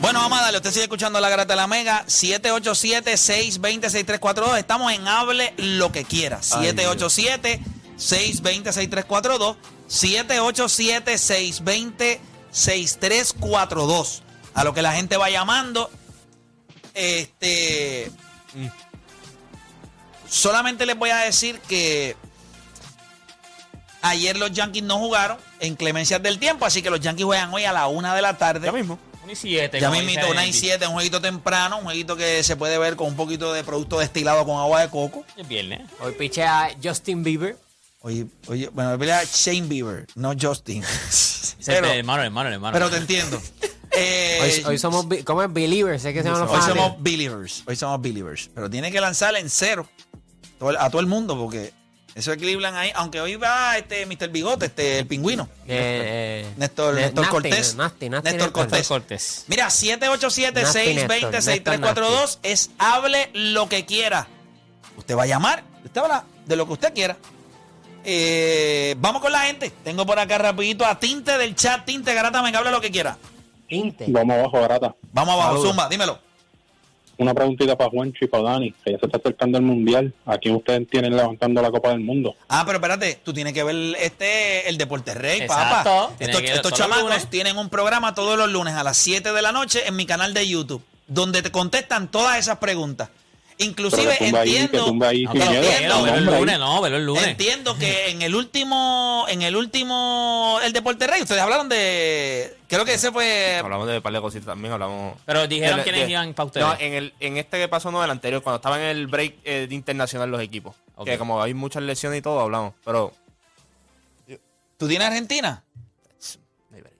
Bueno, vamos a darle. Usted sigue escuchando La Grata de la Mega. 787-620-6342. Estamos en Hable Lo Que Quiera. Ay, Dios. 787-620-6342. 787-620-6342. A lo que la gente va llamando. Este. Solamente les voy a decir que ayer los Yankees no jugaron en clemencias del tiempo, así que los Yankees juegan hoy a la una de la tarde. Ya mismo. 1 y 7. Ya me invito una y siete, un jueguito temprano, un jueguito que se puede ver con un poquito de producto destilado con agua de coco. Es viernes. Hoy pichea Justin Bieber. Oye, oye, bueno, pelea Shane Bieber, no Justin. Se- pero, hermano, hermano, hermano. pero te entiendo. Eh, Hoy, hoy somos, bi- ¿cómo es? Believers, es que se llaman los hoy fanáticos. somos believers, hoy somos believers. Pero tiene que lanzarla en cero todo el- a todo el mundo porque eso de Cleveland ahí, aunque hoy va este Mr. Bigote, este el pingüino. Eh, eh, Néstor, Ne- Néstor Nasty, Cortés. Nasty, Nasty, Néstor Néstor. Cortés. Cortés. Mira, 787-620-6342 Néstor es hable lo que quiera. Usted va a llamar, usted habla de lo que usted quiera. Eh, vamos con la gente. Tengo por acá rapidito a Tinte del chat. Tinte, garata, me habla lo que quiera. Tinte. Vamos abajo, barata. Vamos abajo, Saludos. Zumba, dímelo. Una preguntita para Juancho y para Dani, que ya se está acercando el Mundial. ¿A quién ustedes tienen levantando la Copa del Mundo? Ah, pero espérate, tú tienes que ver este el Deporte Rey, Exacto. papá. Tienes Estos, que ver estos todos los chamacos lunes. tienen un programa todos los lunes a las 7 de la noche en mi canal de YouTube, donde te contestan todas esas preguntas. Inclusive Pero que tumba ahí, que entiendo, tumba ahí, No, sin Ah, pero miedo. velo, entiendo, velo el hombre, ahí. lunes, no, velo el lunes. Entiendo que en el último, en el último, el Deporte Rey, ustedes hablaron de, creo que ese fue, Hablamos de un par de cositas también, hablamos... Eh, Pero dijeron de- quiénes de- iban pa' ustedes. eh, No, en, el, en este que pasó, no, el anterior, cuando estaban en el break eh, de internacional los equipos. Ok. Que como hay muchas lesiones y todo, hablamos. Pero... ¿tú tienes Argentina? no hay break,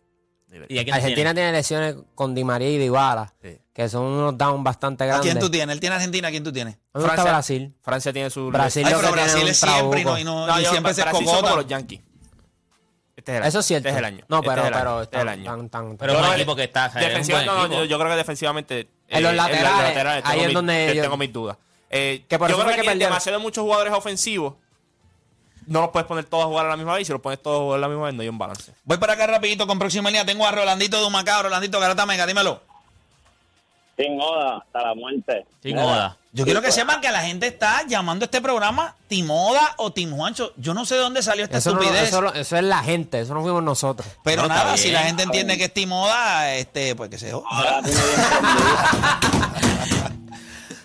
no hay break. ¿Y a quién Argentina tiene lesiones con Di María y Dybala, Sí. que son unos down bastante ¿A grandes. quién tú tienes? Él tiene Argentina, ¿a quién tú tienes? A mí me gusta Francia. Este Brasil. Francia tiene su... Brasil. Ay, lo pero que tiene Brasil un es siempre y, no, y no- No, y yo- siempre se Brasil son como los escogotan. Yankees. Este es el año. Eso es cierto. Este es el año. No, Este pero, es el año. pero Este es el tan- año. tan- tan- Pero Yo es un creo equipo que está. es un buen Defensiva- no, no, equipo. yo, yo creo que defensivamente. eh, En los laterales, ahí tengo es mi- donde te- yo- tengo mis dudas. Eh, Que por eso yo creo fue que, que tienen perdieron. demasiado muchos jugadores ofensivos. No los puedes poner todos a jugar a la misma vez. y Si los pones todos a jugar a la misma vez, no hay un balance. Voy para acá rapidito con próxima línea, tengo a Rolandito de Humacao, Rolandito Garata Mega, dímelo. Sin oda, hasta la muerte. Sin Mira, oda. Yo quiero que sepan que la gente está llamando a este programa Timoda o Tim Juancho. Yo no sé de dónde salió esta Eso, no- estupidez. eso lo- eso es la gente, eso no fuimos nosotros. pero No, está nada, bien. si la gente entiende que es Timoda, este, pues que se joda. Ahora tú me vienes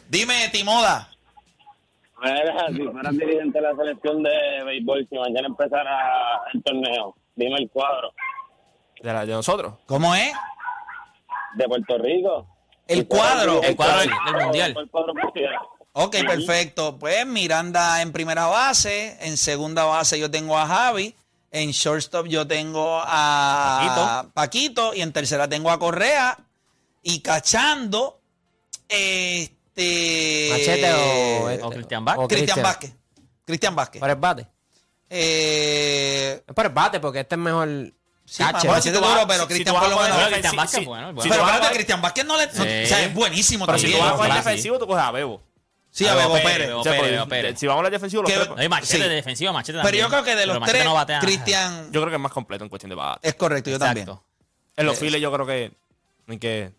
Dime, Timoda. conmigo. Mira, si fueras dirigente de la selección de béisbol, si mañana empezara el torneo, dime el cuadro. De, la- de nosotros. ¿Cómo es? De Puerto Rico. El Si fueras cuadro. dirigente El cuadro del- béisbol, del mundial. ¿cuál cuadro pusieras? Ok, perfecto. Pues Miranda en primera base, en segunda base yo tengo a Javi, en shortstop yo tengo a Paquito, y en tercera tengo a Correa y cachando este Machete o este, o Cristian Vázquez. o Cristian Vázquez. Cristian Vázquez. Por el bate. Eh, Es por el bate, porque este es mejor. Sí, catcher. vamos, Machete duro, pero si- si Cristian tú vas a por lo poner- menos- Bueno, Cristian si- Vázquez, si- bueno, si bueno. tú pero vas a espérate, coger- Cristian Vázquez no le no- Sí. o sea, es buenísimo Pero si también. tú vas a coger Vázquez. defensivo, tú coges a Bebo. sí, a Bebo Pérez. Bebo O sea, Pérez, pues, Bebo Pérez. Si vamos a hablar defensivo, los Que- tres- pues, No, y machete Sí. de defensivo, machete Pero también. yo creo que de Pero los machete tres, no batea. Cristian Yo creo que es más completo en cuestión de bate. Eh, es correcto, yo también. Exacto. En los files, yo creo que. en que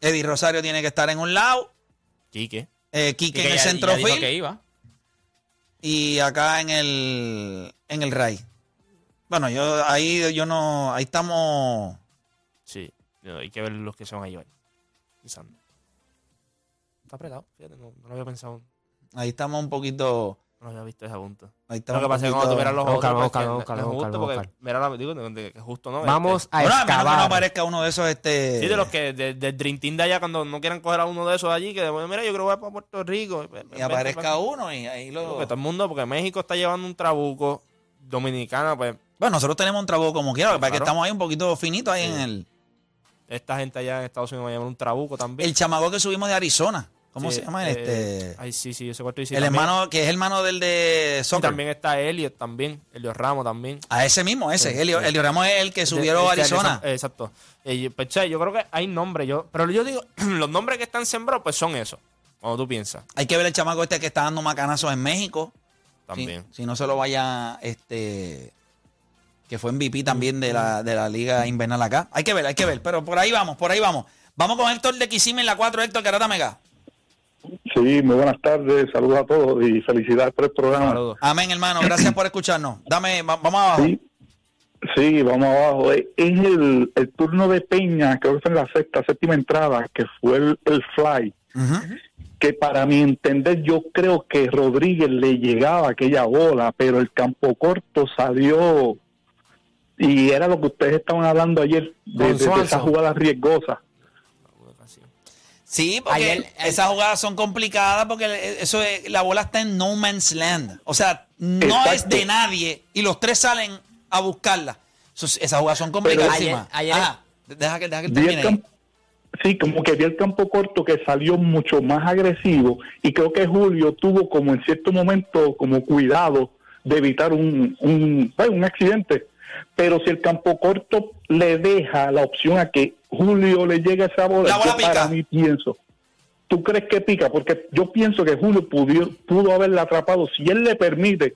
Eddie Rosario tiene que estar en un lado, Quique. eh, Quique en el ya- ya dijo centrofil que iba. y acá en el en el Ray. Bueno, yo ahí yo no, ahí estamos. Sí, no, hay que ver los que se van a llevar. Pensando. Está apretado, fíjate, no, no lo había pensado, Ahí estamos un poquito. no lo había visto desde punto. Ahí Lo estamos que pasa es un que cuando tú poquito- miras los Vamos, otros, vamos, pues, que vamos, no- no es vamos, justo vamos, porque vamos. mira, la- digo, no, de- que es justo, ¿no? Vamos Bueno, a menos a Ah, que no excavar. aparezca uno de esos este. Este, Ah, sí, de los que de- del Dream Team de allá, cuando no quieran coger a uno de esos de allí, que de, bueno, mira, yo creo que voy para Puerto Rico. pues, y- y aparezca uno y ahí lo. Porque todo el mundo, porque México está llevando un trabuco, Dominicana, pues Bueno, nosotros tenemos un trabajo como quiera, para que Claro. estamos ahí un poquito finitos ahí en el. esta gente allá en Estados Unidos va a llevar un trabuco también. El chamaco que subimos de Arizona. ¿Cómo Sí, se llama? eh, este. Ay, sí, sí, yo sé cuál tú dices. el también- hermano, que es hermano del de y Soccer. También está Elliot, también, Elliot Ramos también. A ese mismo, ese. Sí, Elio, sí. Elio Ramos es el que subieron de- a este, Arizona. Arizona, Exacto. Eh, yo- pues, che, yo creo que hay nombres. Yo, pero yo digo, los nombres que están sembrados, pues son esos. Cuando tú piensas. Hay que ver el chamaco este que está dando macanazos en México. También. Si, si no se lo vaya, este. Que fue MVP también de la, de la Liga Invernal acá. Hay que ver, hay que ver. Pero por ahí vamos, por ahí vamos. Vamos con Héctor de Kissimmee en la 4. Héctor Carata Mega. Sí, muy buenas tardes, saludos a todos y felicidades por el programa. Saludos. Amén, hermano. Gracias por escucharnos. Dame, va- vamos abajo. Sí, sí, vamos abajo. Eh, Es el, el turno de Peña, creo que fue en la sexta, séptima entrada, que fue el, el fly, Ujú. que para mi entender yo creo que Rodríguez le llegaba aquella bola, pero el campo corto salió y era lo que ustedes estaban hablando ayer de, Con de- de esas Swanson. jugadas riesgosas. Sí, porque Ayer- eh, esas jugadas son complicadas porque eso es- la bola está en no man's land. O sea, no Exacto. es de nadie y los tres salen a buscarla. Eso es- esas jugadas son complicadísimas. Ayer- ayer- Ajá. deja que, deja que Vi el termine. ahí. camp- sí, como que vi el campo corto que salió mucho más agresivo y creo que Julio tuvo como en cierto momento como cuidado de evitar un, un, bueno, un accidente. Pero si el campo corto le deja la opción a que Julio le llegue a esa bola, La bola yo para pica. mí pienso. ¿Tú crees que pica? Porque yo pienso que Julio pudo, pudo haberla atrapado si él le permite,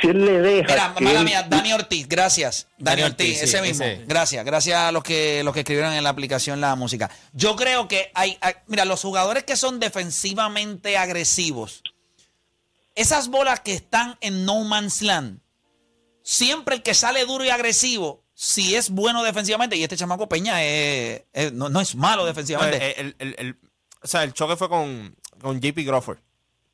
si él le deja. Mira, que mala él- mía, Dani Ortiz, gracias. Dani, Dani Ortiz, Ortiz, sí, ese mismo. ese. Gracias, gracias a los que, los que escribieron en la aplicación la música. Yo creo que hay, hay- mira, los jugadores que son defensivamente agresivos, esas bolas que están en no man's land, siempre el que sale duro y agresivo, si es bueno defensivamente, y este chamaco Peña es- es- no, no es malo No, eh, el, defensivamente. el- el- el- o sea, el choque fue con, con JP Crawford.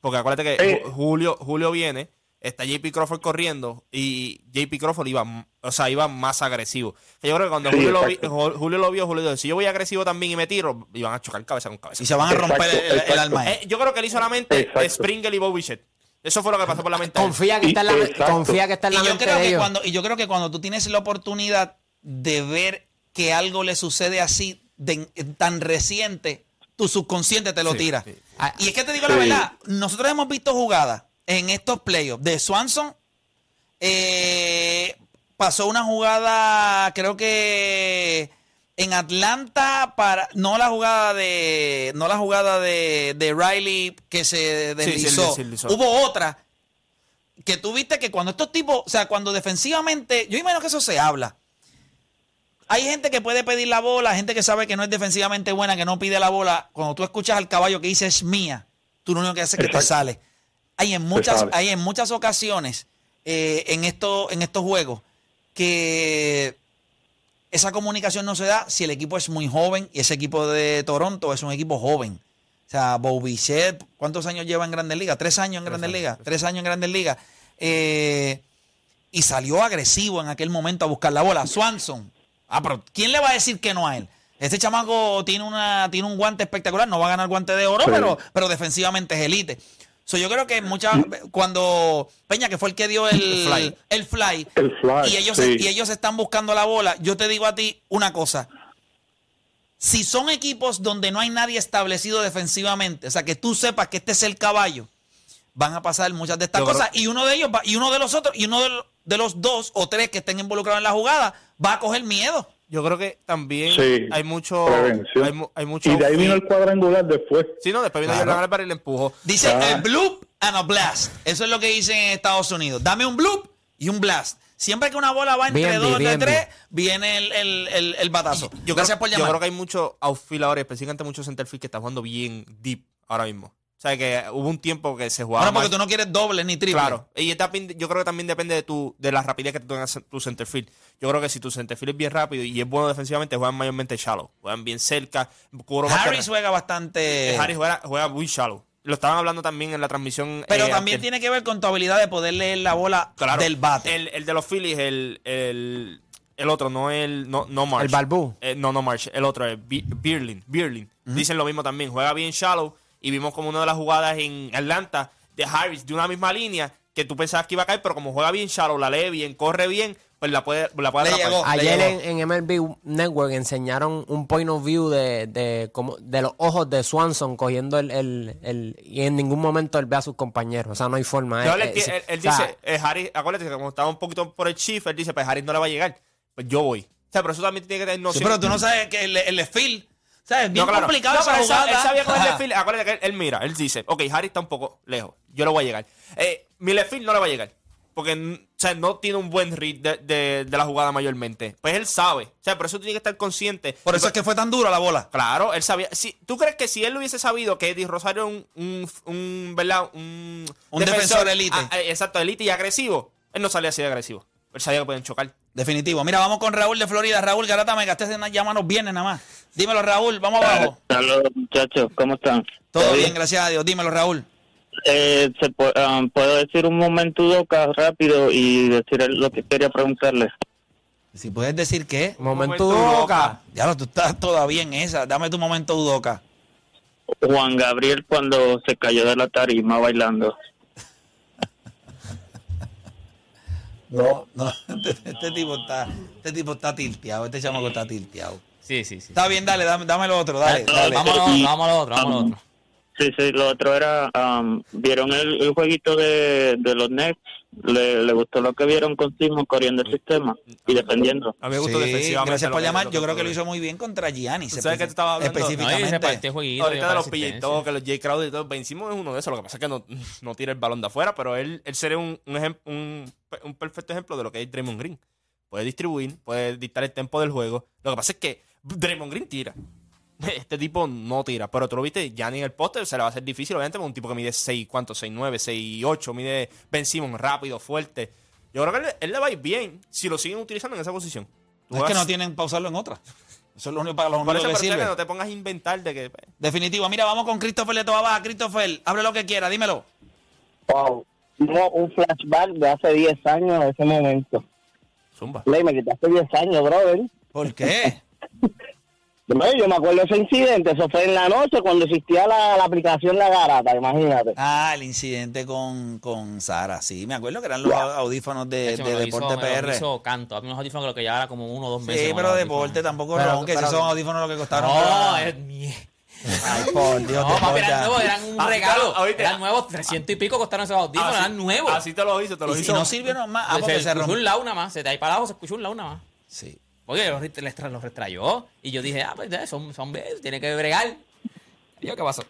Porque acuérdate que Eh. Ju- Julio, Julio viene, está JP Crawford corriendo y JP Crawford iba, m- o sea, iba más agresivo. Que Yo creo que cuando Sí, Julio, lo vi- exacto. Ju- Julio lo vio, Julio dijo, si yo voy agresivo también y me tiro, iban a chocar cabeza con cabeza. y se van a romper Exacto, el- el, exacto. alma. Eh, yo creo que él hizo la mente Exacto. Springer y Bobby Shett. Eso fue lo que pasó por la mente. de él. Confía que Y- está en la, exacto. confía que está en la y yo mente creo de que ellos. cuando y yo creo que cuando tú tienes la oportunidad de ver que algo le sucede así de- tan reciente tu subconsciente te lo Sí, tira sí. Ah, y es que te digo la Sí. verdad nosotros hemos visto jugadas en estos playoffs de Swanson eh, pasó una jugada creo que en Atlanta para no la jugada de no la jugada de, de Riley que se Sí, sí, deslizó. se deslizó. hubo otra que tú viste que cuando estos tipos, o sea, cuando defensivamente, yo imagino que eso se habla. Hay gente que puede pedir la bola, gente que sabe que no es defensivamente buena, que no pide la bola. Cuando tú escuchas al caballo que dice es mía, tú lo único que haces es que te Exacto. sale. Hay en muchas, sale. hay en muchas ocasiones eh, en, esto, en estos juegos que esa comunicación no se da si el equipo es muy joven y ese equipo de Toronto es un equipo joven. O sea, Bobichet, ¿cuántos años lleva en Grandes Ligas? Tres años en Grandes años, Ligas. Tres años en Grandes Ligas. Eh, y salió agresivo en aquel momento a buscar la bola. Swanson. Ah, pero ¿quién le va a decir que no a él? Este chamaco tiene, una, tiene un guante espectacular, no va a ganar guante de oro, Sí. pero, pero defensivamente es elite. So, yo creo que muchas cuando Peña, que fue el que dio el, Mm. el fly, fly. El fly, y, ellos sí. y ellos están buscando la bola, yo te digo a ti una cosa. Si son equipos donde no hay nadie establecido defensivamente, o sea, que tú sepas que este es el caballo, van a pasar muchas de estas Yo creo- cosas y uno de ellos va- y uno de los otros y uno de, lo- de los dos o tres que estén involucrados en la jugada va a coger miedo. Yo creo que también Sí, hay mucho... prevención. Hay, mu- hay mucho... y de ahí vino el cuadrangular después. Sí, no, después vino Claro. Jordan Álvarez y le empujó. Dice Ah. el bloop and a blast. Eso es lo que dicen en Estados Unidos. Dame un bloop y un blast. Siempre que una bola va entre Bien, dos de bien, tres, viene el, el, el- el batazo. Yo Gracias creo, por Yo llamar. creo que hay muchos outfield ahora, específicamente muchos centerfield que están jugando bien deep ahora mismo. O sea, que hubo un tiempo que se jugaba Bueno, porque tú más- no quieres doble ni triple. Claro. Y también- yo creo que también depende de tu de la rapidez que tengas tu centerfield. Yo creo que si tu centerfield es bien rápido y es bueno defensivamente, juegan mayormente shallow. Juegan bien cerca. cubro más Eh, Harris terreno. juega bastante. Harris juega, juega muy shallow. Lo estaban hablando también en la transmisión. pero eh, también anterior. tiene que ver con tu habilidad de poder leer la bola Claro. del bate. El, el de los Phillies, el, el, el otro, no el no, no Marsh. El Balbú. Eh, no, no Marsh, el otro, eh, es Birlin. Birlin. Dicen lo mismo también, juega bien shallow y vimos como una de las jugadas en Atlanta de Harris de una misma línea que tú pensabas que iba a caer, pero como juega bien shallow, la lee bien, corre bien, pues la puede, la puede Le atrapar. llegó. Ayer llegó. en, en MLB Network enseñaron un point of view de, de, cómo- de los ojos de Swanson cogiendo el, el, el- Y en ningún momento él ve a sus compañeros. O sea, no hay forma. No, Él- él, él- enti- él- él Ah, eh, o sea, dice, eh, Harris, acuérdate que como estaba un poquito por el chief, él dice, pues Harris no le va a llegar, pues yo voy. O sea, pero eso también tiene que tener Sí, noción. pero tú no sabes que el, el field. ¿Sabes? Bien no, claro. complicado No, esa pero él sabe- jugada. Él sabía con el Ajá. left field. Acuérdate que él, él mira, él dice, ok, Harry está un poco lejos, yo lo voy a llegar. Eh, mi left field no le va a llegar. porque n- o sea, no tiene un buen read de, de- de la jugada mayormente. Pues él sabe. O sea, por eso tiene que estar consciente. Pues Por eso es que fue tan dura la bola. Claro, él sabía. Si, ¿Tú crees que si él hubiese sabido que Eddie Rosario es un, un, un, ¿verdad? un, Un defensor elite. ah, ah, exacto, elite y agresivo, él no salía así de agresivo. Él sabía que podían chocar. Definitivo. Mesa. Mira, vamos con Raúl de Florida. Raúl Garata, me gasté de llámanos viernes nada más. Dímelo, Raúl, vamos abajo. Saludos, muchachos, ¿cómo están? Todo bien, gracias a Dios. Dímelo, Raúl. Eh, se po- ah, puedo decir un momento Doca rápido y decir lo que quería preguntarle. Si puedes decir qué. Momento Momento Udoca. Ya lo, tú estás todavía en esa. Dame tu momento, Udoca. Juan Gabriel cuando se cayó de la tarima bailando. No, no. Este, este tipo está, este tipo está tilteado. Este chamaco está tilteado. Sí, sí, sí. Está bien, dale, dame, dame lo otro, dale. dale. Vamos a lo otro, vamos a lo otro, vamos a lo otro. Um, Sí, sí, lo otro era, am, ¿vieron el, el jueguito de, de los Nets? ¿Le, le gustó lo que vieron con Simo corriendo el sistema y defendiendo? A mí me Sí, gustó defensivamente gracias lo por que- llamar. lo Yo creo que lo tuve. hizo muy bien contra Gianni. ¿Tú sabes qué te estaba hablando? No, y se Específicamente. partió jueguito. Ahorita dio de los asistencia. pillitos, que los J. Crowder y todo, Ben Simmons es uno de esos. Lo que pasa es que no, no tira el balón de afuera, pero él, él sería un, un, ejem- un, un perfecto ejemplo de lo que es Draymond Green. Puede distribuir, puede dictar el tempo del juego. Lo que pasa es que Draymond Green tira. Este tipo no tira, pero tú lo viste, ya ni en el póster se le va a hacer difícil, obviamente, con un tipo que mide 6, ¿cuánto? 6, 9, 6, 8, mide Ben Simmons rápido, fuerte. Yo creo que él, él le va a ir bien si lo siguen utilizando en esa posición. No, Tú es que vas- no tienen pausarlo en otra. Eso es lo único para los Por únicos eso, que pero, o sea, que sirve. no te pongas a inventar de que... pues, Definitivo. Mira, vamos con Christopher de Toa Baja. Christopher, abre lo que quiera, dímelo. Wow, no, un flashback de hace 10 años a ese momento. Zumba. Play, me quitaste 10 años, brother. ¿Por qué? Bueno, yo me acuerdo ese incidente, eso fue en la noche cuando existía la, la aplicación La Garata, imagínate. Ah, el incidente con, con Sara. Sí, me acuerdo que eran los au- audífonos de, hecho, de me lo Deporte hizo- me lo PR. Sí, hizo canto. A mí unos audífonos creo que ya era como uno o dos meses. con pero los Deporte audífonos. tampoco Pero- ronque. Esos pero- son audífonos los que costaron. No, cada- es mie- Ay, por Dios. No, papi, Deporte. eran nuevos, eran un Ah, Ah, regalo. claro, ahorita- eran nuevos, 300 y pico costaron esos audífonos, Así- eran nuevos. Así te lo hizo, te lo Y si hizo. no sirvieron más. Ah, porque se se escuchó un rompieron. launa más, se de ahí para abajo se escuchó un launa más. Sí. Oye, los, rit- les tra- los restrayó. Y yo dije, ah, pues ya, son, son bebés, tiene que bregar. ¿Y yo qué pasó?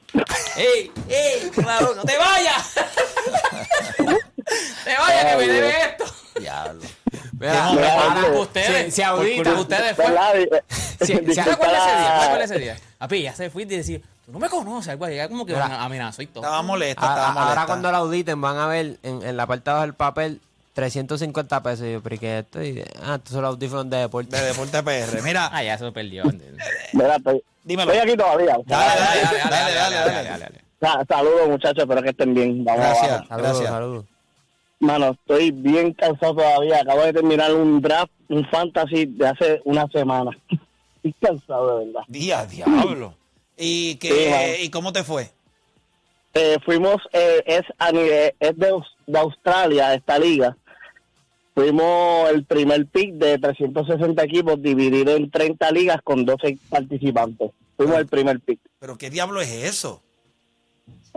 ¡Ey! ¡Ey! ¡Claro! ¡No te vayas! ¡Te vayas que me debe esto! Diablo. Vea, Por ahora culpa de Pablo. ustedes. Sí, sí, por ahorita. culpa de ustedes fue. ¿Verdad? Eh, Sí, sí, ¿Te disculpa acuerdas ese día? ¿Te la- acuerdas ese día? Papi, ya se fue y decía, tú no me conoces, algo así, como que Mira. una- amenazó y todo. Estaba molesta, a- estaba ahora molesta. cuando la auditen van a ver en, en la parte de abajo del papel 350 pesos. Y yo, pero ¿y qué es esto? Y, ah, estos son los audífonos de deporte. De Deporte PR. Mira, Ah, ya se perdió. ¿entiendes? Mira, estoy, dímelo. estoy aquí todavía. Dale, dale, Dale, dale, dale, dale, dale. dale. Sa- Saludos, muchachos, espero que estén bien. Vamos Gracias. abajo. Saludos, Gracias. saludos. Mano, estoy bien cansado todavía. Acabo de terminar un draft, un fantasy de hace una semana. Estoy cansado, de verdad. Día, diablo. ¿Y, Sí, qué, mano. ¿Y cómo te fue? Eh, fuimos, eh, es, a nivel- es de, Aus- de Australia, esta liga. Fuimos el primer pick de 360 equipos dividido en 30 ligas con 12 participantes. Fuimos el primer pick. ¿Pero qué diablo es eso?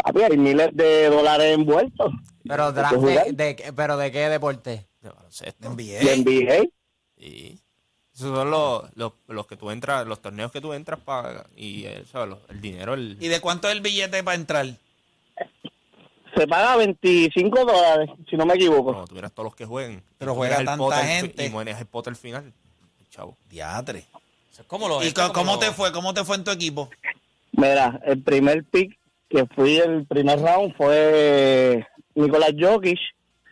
Papi, hay miles de dólares envueltos. Pero, draft de, de qué- pero ¿de qué deporte? De baloncesto. NBA. Y NBA, Sí. Esos son los, los, los que tú entras, los torneos que tú entras para. Y eh, ¿sabes? Los- el dinero, el. ¿Y de cuánto es el billete para entrar? se paga 25 dólares, si no me equivoco. Cuando tuvieras todos los que jueguen. Pero Y juega tuvieras el tanta pot al fi- gente. Y mueres el pot al final. Chavo. Diatre. Eso es como lo- ¿Y esto es co- cómo como te lo- fue? ¿Cómo te fue en tu equipo? Mira, el primer pick que fui el primer round fue Nicolás Jokic.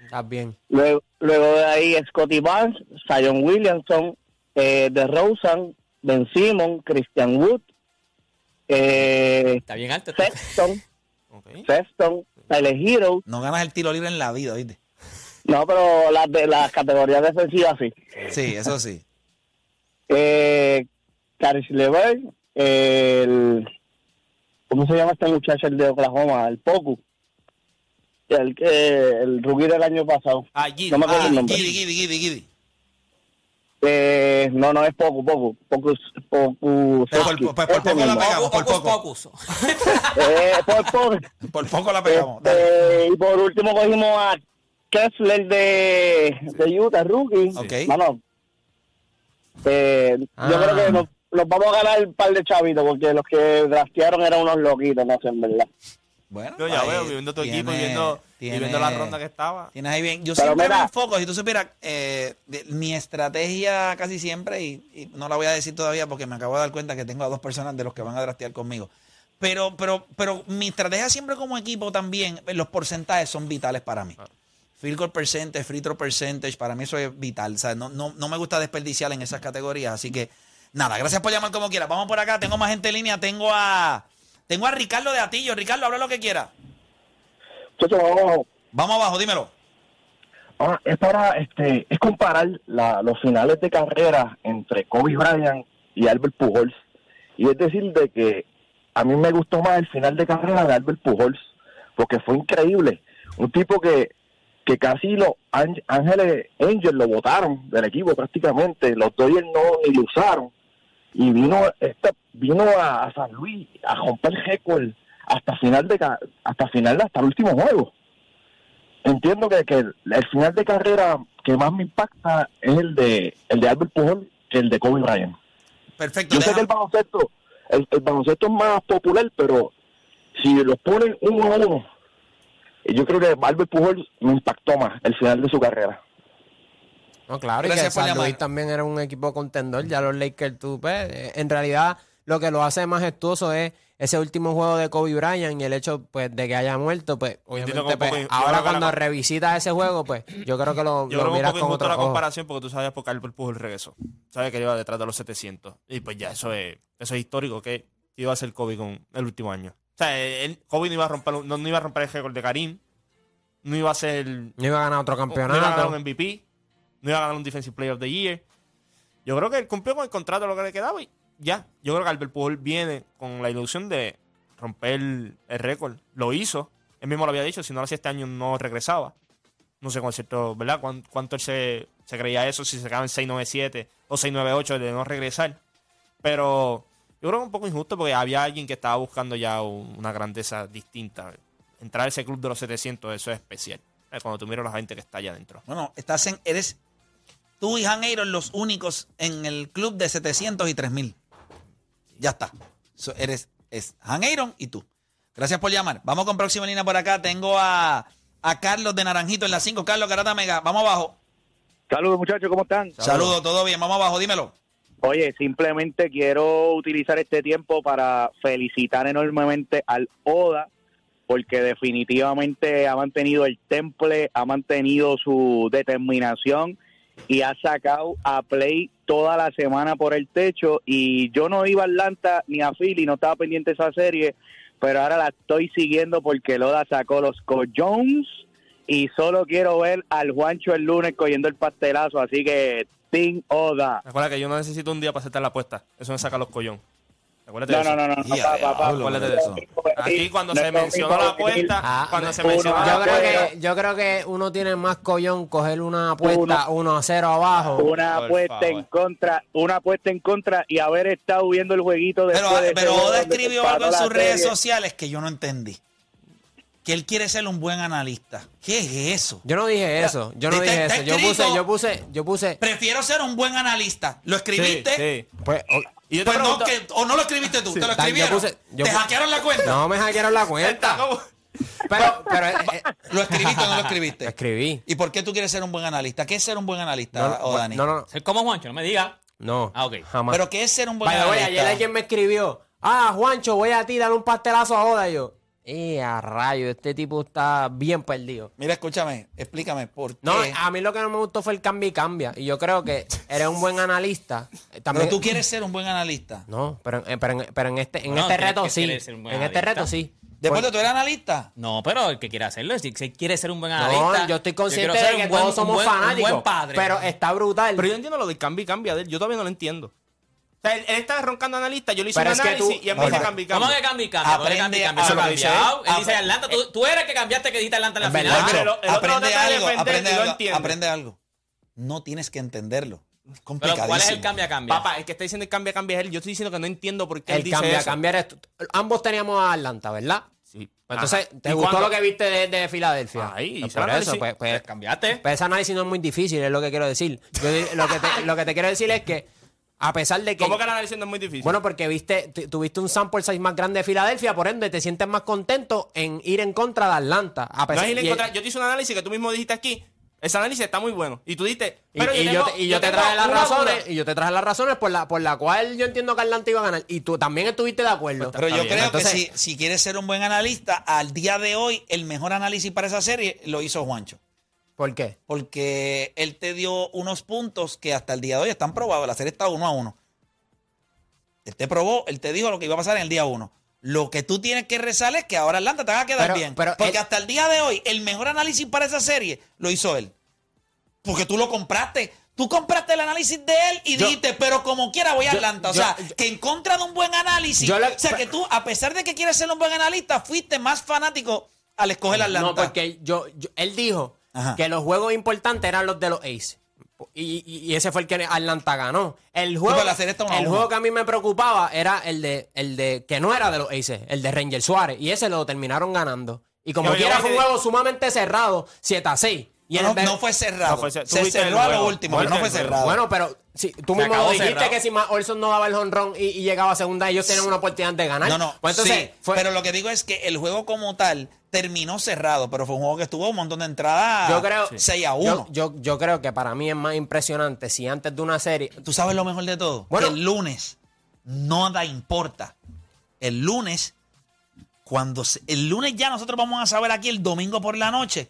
Estás bien. Luego, luego de ahí Scotty Barnes, Zion Williamson, eh, DeRozan, Ben Simon, Christian Wood, eh, Está bien alto. este- Sexton, Ok. Sexton, Tyler Hero. No ganas el tiro libre en la vida, ¿viste? No, pero las de las categorías defensivas sí. Sí, eso sí. Eh, Caris LeVert, el... ¿Cómo se llama este muchacho, el de Oklahoma? El Poku. El, que el rookie del año pasado. Ah, Giddy. No me acuerdo Ah, el nombre. Giddy, Giddy, Giddy, Giddy. Eh, no, no, es Poku, Poku. Poku, Poku. Pues por- pues por poco la pegamos, por Hocus poco. Pocus. Eh, por, por, Por poco la pegamos. Dale. este, y por último cogimos a Kessler de, de Utah, rookie. Ok. Mano, eh, yo Ah. creo que nos, nos vamos a ganar un par de chavitos porque los que draftearon eran unos loquitos, no sé, en verdad. Bueno, Yo ya ahí veo, viviendo tu equipo y tiene- viendo, y viendo la tiene- ronda que estaba. Tienes ahí bien. Yo Pero siempre mira. me enfoco, si tú supieras, eh, de- mi estrategia casi siempre, y, y no la voy a decir todavía porque me acabo de dar cuenta que tengo a dos personas de los que van a draftear conmigo. Pero, pero, pero mi estrategia siempre como equipo también, eh, los porcentajes son vitales para mí. Field goal percentage, free throw percentage, para mí eso es vital. O sea, no, no, no me gusta desperdiciar en esas categorías. Así que, nada, gracias por llamar como quieras. Vamos por acá, tengo más gente en línea. Tengo a, tengo a Ricardo de Atillo. Ricardo, habla lo que quiera. Entonces, vamos, Vamos abajo, dímelo. Ahora, es para este, es comparar la- los finales de carrera entre Kobe Bryant y Albert Pujols. Y es decir, de que a mí me gustó más el final de carrera de Albert Pujols, porque fue increíble. Un tipo que, que casi los Ang- Ángeles Angels lo votaron del equipo prácticamente, los Dodgers no ni lo usaron. Y vino esta, vino a, a San Luis a romper récord hasta final de ca- hasta final hasta el último juego entiendo que, que el, el final de carrera que más me impacta es el de el de Albert Pujol que el de Kobe Bryant. Perfecto. Yo sé deja- que el baloncesto el, el baloncesto es más popular, pero si los ponen uno a uno, yo creo que Albert Pujol me impactó más el final de su carrera. No, claro, y Gracias que por San llamar. Luis también era un equipo contendor. Ya los Lakers, tú, pues, eh, en realidad lo que lo hace majestuoso es ese último juego de Kobe Bryant y el hecho pues, de que haya muerto, pues, obviamente, que un pues, poco- yo creo ahora que la- cuando revisitas ese juego, pues, yo creo que lo, Yo lo creo que un miras poco con injusto otro la ojo. comparación porque tú sabías porque Albert Pujol regresó. Sabes que él iba detrás de los 700. Y pues ya, eso es, eso es histórico que iba a hacer Kobe con el último año. O sea, él- Kobe no iba a romper, un- no, no iba a romper el récord de Karim. No iba a ser... No iba a ganar otro No iba a ganar campeonato. un MVP. No iba a ganar un Defensive Player of the Year. Yo creo que él cumplió con el contrato lo que le quedaba y ya. Yo creo que Albert Pujol viene con la ilusión de romper el récord. Lo hizo. Él mismo lo había dicho. Si no lo hacía este año, no regresaba. No sé con cierto, ¿verdad? ¿Cuán- ¿Cuánto, él se, se creía eso? Si se quedaba en 697 o 698 de no regresar. Pero yo creo que es un poco injusto porque había alguien que estaba buscando ya un- una grandeza distinta. Entrar a ese club de los 700, eso es especial. Eh, Cuando tú miras la gente que está allá adentro. Bueno, estás en, eres tú y Janeiro los únicos en el club de 700 y 3000. Ya está. So, eres es Janeiro y tú. Gracias por llamar. Vamos con próxima línea por acá. Tengo a, a Carlos de Naranjito en la 5. Carlos Garata Mega, vamos abajo. Saludos muchachos, ¿cómo están? Saludos, todo bien. Vamos abajo, dímelo. Oye, simplemente quiero utilizar este tiempo para felicitar enormemente al Oda, porque definitivamente ha mantenido el temple, ha mantenido su determinación y ha sacado a Play toda la semana por el techo. Y yo no iba a Atlanta ni a Philly, no estaba pendiente de esa serie, pero ahora la estoy siguiendo porque el Oda sacó los collones y solo quiero ver al Juancho el lunes cogiendo el pastelazo, así que Team Oda. Recuerda que yo no necesito un día para aceptar la apuesta. Eso me saca los collón. Acuérdate No, de no, eso. no, no, no, Ya, papá, papá. diablo, acuérdate no de es eso. domingo de Aquí venir, cuando no se es domingo mencionó de la venir. apuesta, Ah, cuando no, se uno, mencionó la yo Yo creo, apuesta, que, yo creo que uno tiene más collón coger una apuesta 1 a 0 abajo. Una Por apuesta favor. en contra, una apuesta en contra y haber estado viendo el jueguito Pues, Pero, de pero Oda escribió algo en sus redes sociales que yo no entendí. Que él quiere ser un buen analista. ¿Qué es eso? Yo no dije eso, yo no Está- dije está eso. Yo escrito. puse, yo puse, yo puse. Prefiero ser un buen analista. ¿Lo Sí, escribiste? sí. Pues, o- Y yo te Pues no, pregunto, que- o no lo escribiste tú, te lo Yo escribieron. puse- yo te puse- hackearon la cuenta. no me hackearon la cuenta. ¿cómo? Pero, pero eh, eh, ¿Lo escribiste o no lo escribiste? Lo escribí. ¿Y por qué tú quieres ser un buen analista? ¿Qué es ser un buen no, analista, no, o Ah, oh, Dani? no, no, Ser como Juancho, no me diga. no. Ah, ok. Jamás. ¿Pero qué es ser un buen By the way, analista? ayer alguien me escribió, ah, Juancho, voy a tirar un pastelazo a Oda. Y yo, eh, a rayo, este tipo está bien perdido. Mira, escúchame, explícame por qué. No, ah, a mí lo que no me gustó fue el cambio y cambia. Y yo creo que eres un buen analista. Eh, También, Pero tú quieres ser un buen analista. No, pero, eh, pero, en- pero en este, en No, este tienes reto que sí. querer ser un buen En este analista. reto sí. Pues, Después de tú eres analista. No, pero el que quiera hacerlo, si si quiere ser un buen No, analista. yo estoy quiero consciente ser de un que buen- todos un somos buen- un fanáticos. buen padre. Pero este está brutal. Pero yo entiendo lo del cambio y cambia de él. Yo todavía no lo entiendo. O sea, él, él estaba roncando analista, yo le hice Pero un es que análisis tú- y él me dice Ahora, cambio y ¿Cómo que cambia. cambia y cambia? ¿Cómo que Aprende cambia y a- cambia? Eso eso lo es lo ha que dice cambiado. él. Él dice Atlanta, tú, tú eres el que cambiaste que diste Atlanta en la Es final. verdad. Juancho, el otro no aprende trata de algo, defender, aprende tú lo algo, entiendes. aprende algo. No tienes que entenderlo. Es Pero complicadísimo. ¿cuál es el cambia cambia? Papá, el que está diciendo el cambia cambia es él. Yo estoy diciendo que no entiendo por qué él el dice cambia, eso. cambiar eres tú. Ambos teníamos a Atlanta, ¿verdad? Sí. Pues Entonces, Ajá. ¿te ¿Y gustó cuándo? lo que viste de, de Filadelfia? Ahí, Pues hice por el eso, análisis. pues, pues, cambiaste. pues ese análisis no es muy difícil, es lo que quiero decir. Yo di- lo, que te, lo que te quiero decir es que A pesar de que. ¿Cómo que la analizando es muy difícil? Bueno, porque viste, tu- tuviste un sample size más grande de Filadelfia, por ende te sientes más contento en ir en contra de Atlanta. A No pesar es ir pues, en y- contra- yo te hice un análisis que tú mismo dijiste aquí. Ese análisis está muy bueno. Y tú dijiste, y- pero y yo, tengo- te, y yo te tengo traje las una razones, duda. y yo te traje las razones por la, por la cual yo entiendo que Atlanta iba a ganar. Y tú también estuviste de acuerdo. Pero yo bien. creo Entonces- que si, si quieres ser un buen analista, al día de hoy, el mejor análisis para esa serie lo hizo Juancho. ¿Por qué? Porque él te dio unos puntos que hasta el día de hoy están probados. La serie está uno a uno. Él te probó, él te dijo lo que iba a pasar en el día uno. Lo que tú tienes que rezar es que ahora Atlanta te va a quedar Pero- bien. pero porque él- hasta el día de hoy, el mejor análisis para esa serie lo hizo él. Porque tú lo compraste. Tú compraste el análisis de él y Yo- dijiste, pero como quiera voy a yo- Atlanta. O yo- sea, yo- que en contra de un buen análisis. Yo le- o sea, que tú, a pesar de que quieres ser un buen analista, fuiste más fanático al escoger Atlanta. No, pues porque yo, yo- él dijo Ajá. que los juegos importantes eran los de los Aces. Y, y- y ese fue el que Atlanta ganó. El juego, pero la serie está uno a el uno. juego que a mí me preocupaba era el de, el de que no era de los Aces, el de Ranger Suárez. Y ese lo terminaron ganando. Y como Pero yo quiera voy a fue un decir- juego sumamente cerrado, 7 a 6. Y el no, ver- no fue cerrado. No fue cer- se tuviste el cerró a lo juego. último, pero Tuviste no fue el juego. cerrado. Bueno, pero si, tú Se mismo acabó dijiste cerrado. que si Matt Olson no daba el honrón y, y llegaba a segunda, ellos tenían una oportunidad de ganar. no, no. Pues entonces, sí, fue- Pero lo que digo es que el juego como tal terminó cerrado, pero fue un juego que estuvo un montón de entradas. yo creo, 6 a 1. yo, yo, yo creo que para mí es más impresionante si antes de una serie Tú sabes lo mejor de todo. Bueno. que el lunes nada importa. El lunes, cuando se- el lunes ya nosotros vamos a saber aquí el domingo por la noche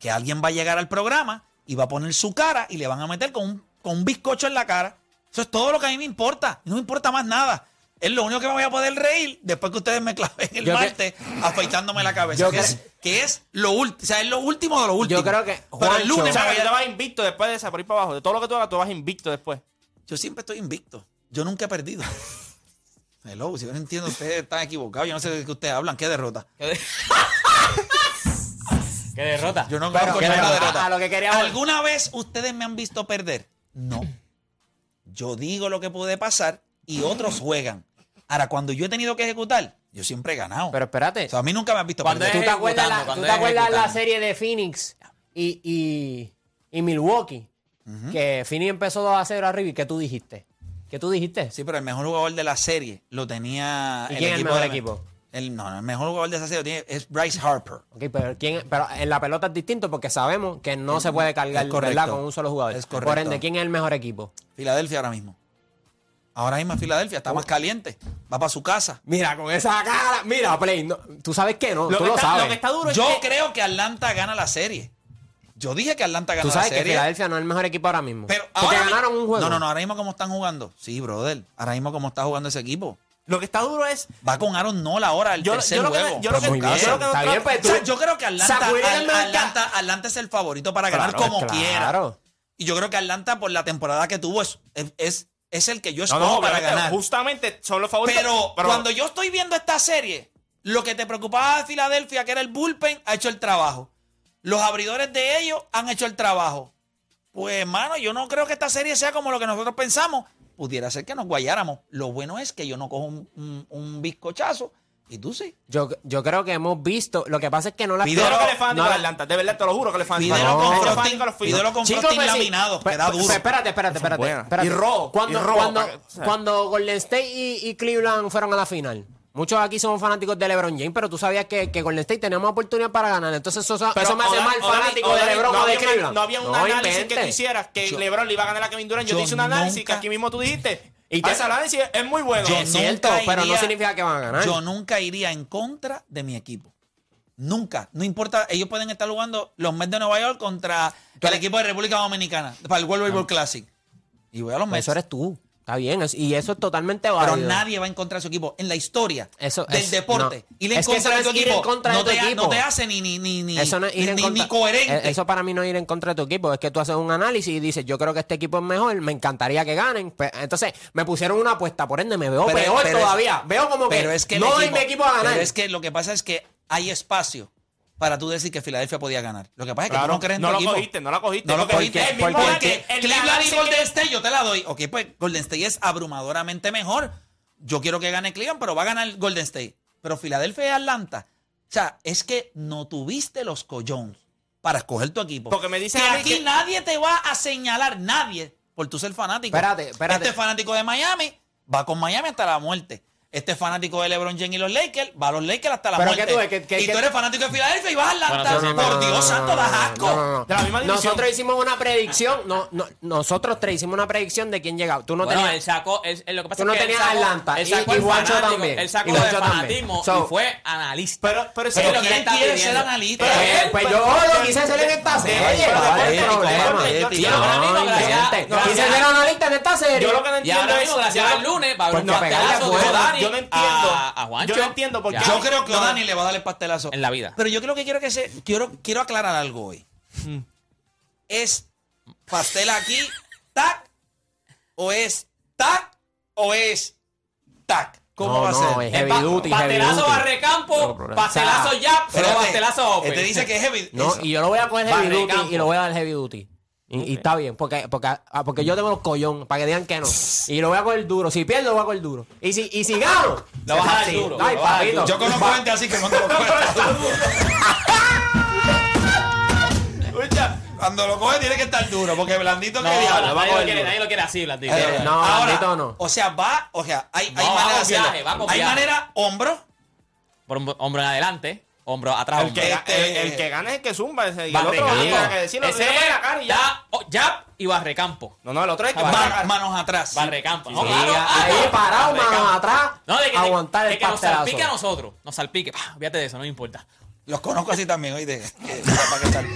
que alguien va a llegar al programa y va a poner su cara y le van a meter con un, con un bizcocho en la cara. Eso es todo lo que a mí me importa. No me importa más nada. Es lo único que me voy a poder reír después que ustedes me claven el Yo cre- martes afeitándome la cabeza. Yo Que cre- es, que es lo último. O sea, es lo último de lo último. creo que Pero el Juancho- O lunes me sea, voy que tú te a- vas invicto después de esa, por ahí para abajo. De todo lo que tú hagas, tú vas invicto después. yo siempre estoy invicto. Yo nunca he perdido. Hello, si yo no entiendo, ustedes están equivocados. Yo no sé de qué ustedes hablan. ¿Qué derrota? Qué derrota. Yo no Pero, conozco pero, ninguna a- derrota. a lo que quería volver. ¿Alguna vez ustedes me han visto perder? No. Yo digo lo que puede pasar y otros juegan. Ahora, cuando yo he tenido que ejecutar, yo siempre he ganado. Pero espérate. o sea, a mí nunca me han visto Cuando perder. ¿Tú te ejecutando, acuerdas, la, tú cuando te acuerdas la ejecutando. serie de Phoenix y, y, y Milwaukee? Que Phoenix empezó 2 a 0 arriba y ¿qué tú dijiste? ¿Qué tú dijiste? Sí, pero el mejor jugador de la serie lo tenía ¿Y quién es el mejor de- equipo? El, no, no, el mejor jugador de esa serie lo tiene, es Bryce Harper. Ok, pero, ¿quién, pero en la pelota es distinto porque sabemos que no se puede cargar es correcto. ¿verdad? con un solo jugador. Es correcto. Por ende, ¿quién es el mejor equipo? Filadelfia ahora mismo. Ahora mismo es Filadelfia está más caliente. Va para su casa. Mira, con esa cara. Mira, Play. no, tú sabes que no. tú que lo está, sabes. lo que está duro Yo es que... creo que Atlanta gana la serie. Yo dije que Atlanta gana tú la sabes que serie. Filadelfia no es el mejor equipo ahora mismo. pero porque ahora mi- ganaron un juego. No, no, no. Ahora mismo como están jugando. Sí, brother. Ahora mismo como está jugando ese equipo. Lo que está duro es... Va con Aaron Nola ahora el Yo- tercer yo lo que- juego. yo lo que- Pues Muy muy bien. bien. que- Está bien, pues O sea, tú- yo creo que Atlanta, sacudir el Al- mercado. Atlanta, Atlanta es el favorito para ganar Claro, como claro. quiera. Y yo creo que Atlanta por la temporada que tuvo es, es, es- es el que yo No, escojo no, para obviamente, ganar. Justamente son los favoritos. Pero, cuando yo estoy viendo esta serie, lo que te preocupaba de Filadelfia, que era el bullpen, ha hecho el trabajo. Los abridores de ellos han hecho el trabajo. Pues, hermano, yo no creo que esta serie sea como lo que nosotros pensamos. Pudiera ser que nos guayáramos. Lo bueno es que yo no cojo un, un- un bizcochazo y tú sí. Yo, yo creo que hemos visto. Lo que pasa es que no la Te lo juro Pero- que le fanático no, de Atlanta. De verdad, te lo juro que le fanático. Pídelo con No, frosting, fanático de los Phillies. pídelo con Chicos, frosting pues sí. laminado, Pe- que da pe- duro. Espérate, espérate, Son espérate. buenas. espérate. Y robo, Cuando, y robo, cuando, para que- o sea. cuando Golden State y, y Cleveland fueron a la final. Muchos aquí somos fanáticos de LeBron James, pero tú sabías que, que Golden State tenía más oportunidad para ganar. Entonces eso, eso Pero me hace Oda- mal Oda- fanático Oda- de LeBron no o de había una- Cleveland. No había un análisis que inventes. tú hicieras que Yo- LeBron le iba a ganar a Kevin Durant. Yo, yo te hice un análisis nunca- que aquí mismo tú dijiste. Y Y te- ese análisis es muy bueno. Yo Es cierto, nunca pero no significa que van a ganar. Yo nunca iría en contra de mi equipo. Nunca. No importa, ellos pueden estar jugando los Mets de Nueva York contra el equipo de República Dominicana para el World Baseball Classic. Y voy a los Mets. Ah. Pues Eso eres tú. Está bien. es- y eso es totalmente Pero válido. nadie va en contra de su equipo. En la historia Eso del es- deporte. no. Y le Es que eso contra de no tu es ir equipo. en contra de no tu te ha- equipo. No te hace ni, ni, ni, ni, Eso no es ir en ni- contra- ni coherente. Eh, Eso para mí no es ir en contra de tu equipo. Es que tú haces un análisis y dices, yo creo que este equipo es mejor, me encantaría que ganen. Pe- Entonces, me pusieron una apuesta, por ende me veo Pero- peor pero es- todavía. veo como que, pero es que el no doy mi equipo a ganar. Pero es que lo que pasa es que hay espacio para tú decir que Filadelfia podía ganar. Lo que pasa es que tú Claro, no crees en no tu lo equipo. cogiste, no lo cogiste. No lo Porque- cogiste. el mismo porque análisis- el Cleveland y análisis Golden que- State yo te la doy. Ok, pues Golden State es abrumadoramente mejor. Yo quiero que gane Cleveland, pero va a ganar Golden State. Pero Filadelfia y Atlanta. O sea, es que no tuviste los collones para escoger tu equipo. Porque me dicen que a mí aquí que- nadie te va a señalar, nadie. por tu ser fanático. Espérate, espérate. Este fanático de Miami va con Miami hasta la muerte. Este fanático de LeBron James y los Lakers va a los Lakers hasta la Pero muerte. que tú ves que- que- y que- tú eres fanático de Filadelfia y vas a Atlanta. Bueno, por Dios santo, das asco. No, no, no. De la misma división. Nosotros hicimos una predicción. No, no, nosotros tres hicimos una predicción de quién llegaba. Tú no bueno, tenías. él sacó, él- él- lo que pasa Tú no es que él tenías sacó, Atlanta, él y- sacó y el Juancho fanático, también, él y sacó Juancho el fanatismo también. So- y fue analista. Pero, pero es Pero que- lo que él ¿quién está quiere pidiendo. ser analista? Pero Pues, él- pues yo lo quise hacer en esta serie. pero ¿cuál es el deporte, problema? deporte, Yo- deporte. yo- Yo ahora mismo, no, gracias- gente, gracias- Quise ser analista en esta serie. Yo lo que no Y entiendo ahora es. mismo, gracias yo- al lunes, va a haber Pues un no, pegarle pastelazo a de fuego. Dani Yo no entiendo. a, a Juancho. Yo no entiendo por qué- Ya. Yo creo que No. Dani le va a dar el pastelazo. En la vida. Pero yo creo que quiero que se. Quiero, quiero aclarar algo hoy. ¿Es pastel aquí, tac? ¿O es tac? ¿O es tac? ¿Cómo No, va a no, ser? es heavy Pa- duty, heavy Pastelazo duty. barrecampo, pastelazo jab, pero Espérate, pastelazo open. él te Este dice que es heavy. No, Eso. y yo lo voy a coger heavy Barre duty campo. y lo voy a dar heavy duty. Y, y está bien, porque, porque, ah, porque yo tengo los collón, para que digan que no. Y lo voy a coger duro. Si pierdo, lo voy a coger duro. Y si, y si gano, Lo vas a dar sí. duro, Ay, lo vas a dar papito. yo conozco gente así que no te lo cuento. Escucha, Cuando lo coge tiene que estar duro, porque blandito que No, diablo. nadie va a lo coger quiere, duro. nadie lo quiere así, Blandito. Eh, No, blandito no. O sea, va, o sea, hay, No, hay va manera de con hacerlo. viaje, va con hay viaje. manera, hombro. Por hom- hombro en adelante, hombro atrás, El hombro. que, Este- el- el que gana es el que zumba. Ese, y el otro Barrecampo. no tiene nada que decirlo. Ese tiene que poner la cara y ya. da- oh, jab y barrecampo. No, no, el otro es el que va Ah, a Man- cagar. manos atrás. Barrecampo. No, Sí, claro, ah, ahí no, parado, barrecampo. manos atrás, No, de que, aguantar de el que nos pastelazo. salpique a nosotros. Nos salpique. Pah, Fíjate de eso, no me importa. Los conozco así también, oye, que, para que, sal,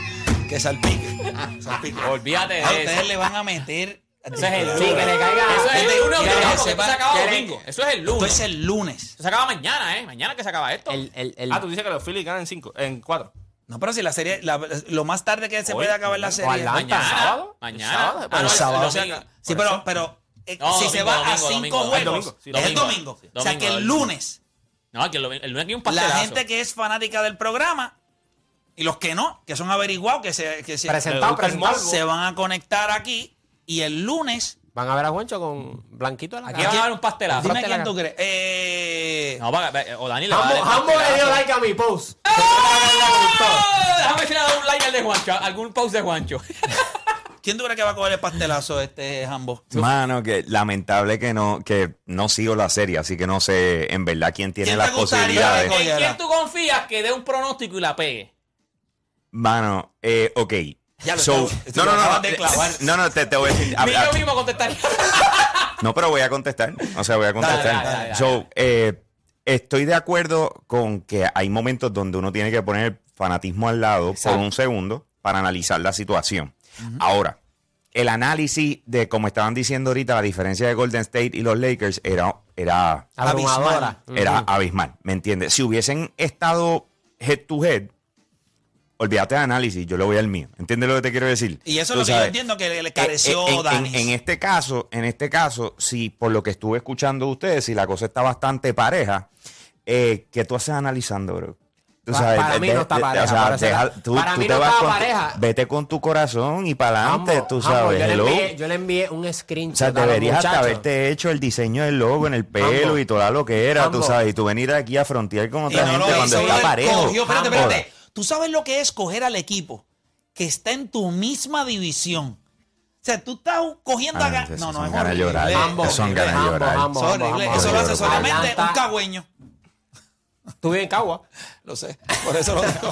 que salpique. salpique. Olvídate de Ah, eso. ustedes le van a meter. Eso es el Sí, lunes. que le caiga. Eso es Este- el Mira, lunes, ese obligado, porque esto pa- se acaba que le- domingo. Eso es el Esto lunes. es Eso el lunes. se acaba mañana, ¿eh? Mañana que se acaba esto. El, el, el, Ah, tú dices que los Phillies ganan en cinco, en cuatro. No, pero si la serie, la- lo más tarde que se Hoy, puede acabar la serie. Atlanta. Mañana. sábado? Mañana. ¿El sábado? Ah, no, el sábado. se domingo. acaba. sí, pero, pero eh, No, si se domingo, va a domingo, cinco domingo. Ah, juegos, domingo, sí, es el domingo. domingo. Sí, o sea domingo, que el el lunes, No, que el domingo, el lunes hay un la pastelazo. gente que es fanática del programa y los que no, que son averiguados, que se, que se, presentado, gusta el presentado. morbo. se van a conectar aquí y el lunes. Van a ver a Juancho con blanquito de la Aquí cara. va a haber un pastelazo. Dime Date quién la- tú crees. Eh, No, va, va- o Dani le va a ¡Eh! dar el Jambo Jambo le dio pastelazo. like a mi post. ¡Ah! Déjame decirle a dar un like al de Juancho, algún post de Juancho. ¿Quién tú crees que va a coger el pastelazo este Jambo? Mano, que lamentable que no, que no sigo la serie, así que no sé en verdad quién tiene ¿Quién te las gustaría posibilidades. que- ¿En quién tú confías que dé un pronóstico y la pegue? Mano, eh, ok. Ya lo So- estoy- estoy no, no, no, acabas de clavar. no, no, te, te voy a decir. Ni a- yo a- mismo contestaría. no, pero voy a contestar. O sea, voy a contestar. dale, dale, dale. So, eh, estoy de acuerdo con que hay momentos donde uno tiene que poner el fanatismo al lado Exacto. por un segundo para analizar la situación. Ahora, el análisis de, como estaban diciendo ahorita, la diferencia de Golden State y los Lakers era, era Abrumadora. era abismal, ¿me entiendes? Si hubiesen estado head to head, olvídate de análisis, yo le voy al mío. ¿Entiendes lo que te quiero decir? Y eso Tú es lo que yo sabes, entiendo que le, le eh, careció eh, en, Danis. en- en este caso, en este caso, si por lo que estuve escuchando de ustedes, si la cosa está bastante pareja, eh, ¿qué tú haces analizando, bro? Tú Pa- para mí no está pareja, o sea, para ser- deja- tú- para tú mí te no vas está con- pareja. Vete con tu corazón y para adelante, Jambo, tú Jambo, sabes. yo, le hello. envié, yo le envié un O sea, screenshot. a los deberías hasta muchachos. haberte hecho el diseño del logo en el pelo Jambo. y toda lo que era, tú Jambo. sabes, y tú venir aquí a frontear con Y otra gente cuando brother, está parejo. cogió, espérate, Jambo. espérate. Tú sabes lo que es coger al equipo que está en tu misma división. O sea, tú estás cogiendo Ah, a gan- eso No, no, son es ganas de horrible. llorar. eh. Jambo, Son ganas de Jambo, llorar. Eso Jambo, es Jambo, horrible. Jambo, Eso lo hace Jambo. solamente Atlanta, un cagüeño. Estuve en Cagua. Lo sé. Por eso lo digo.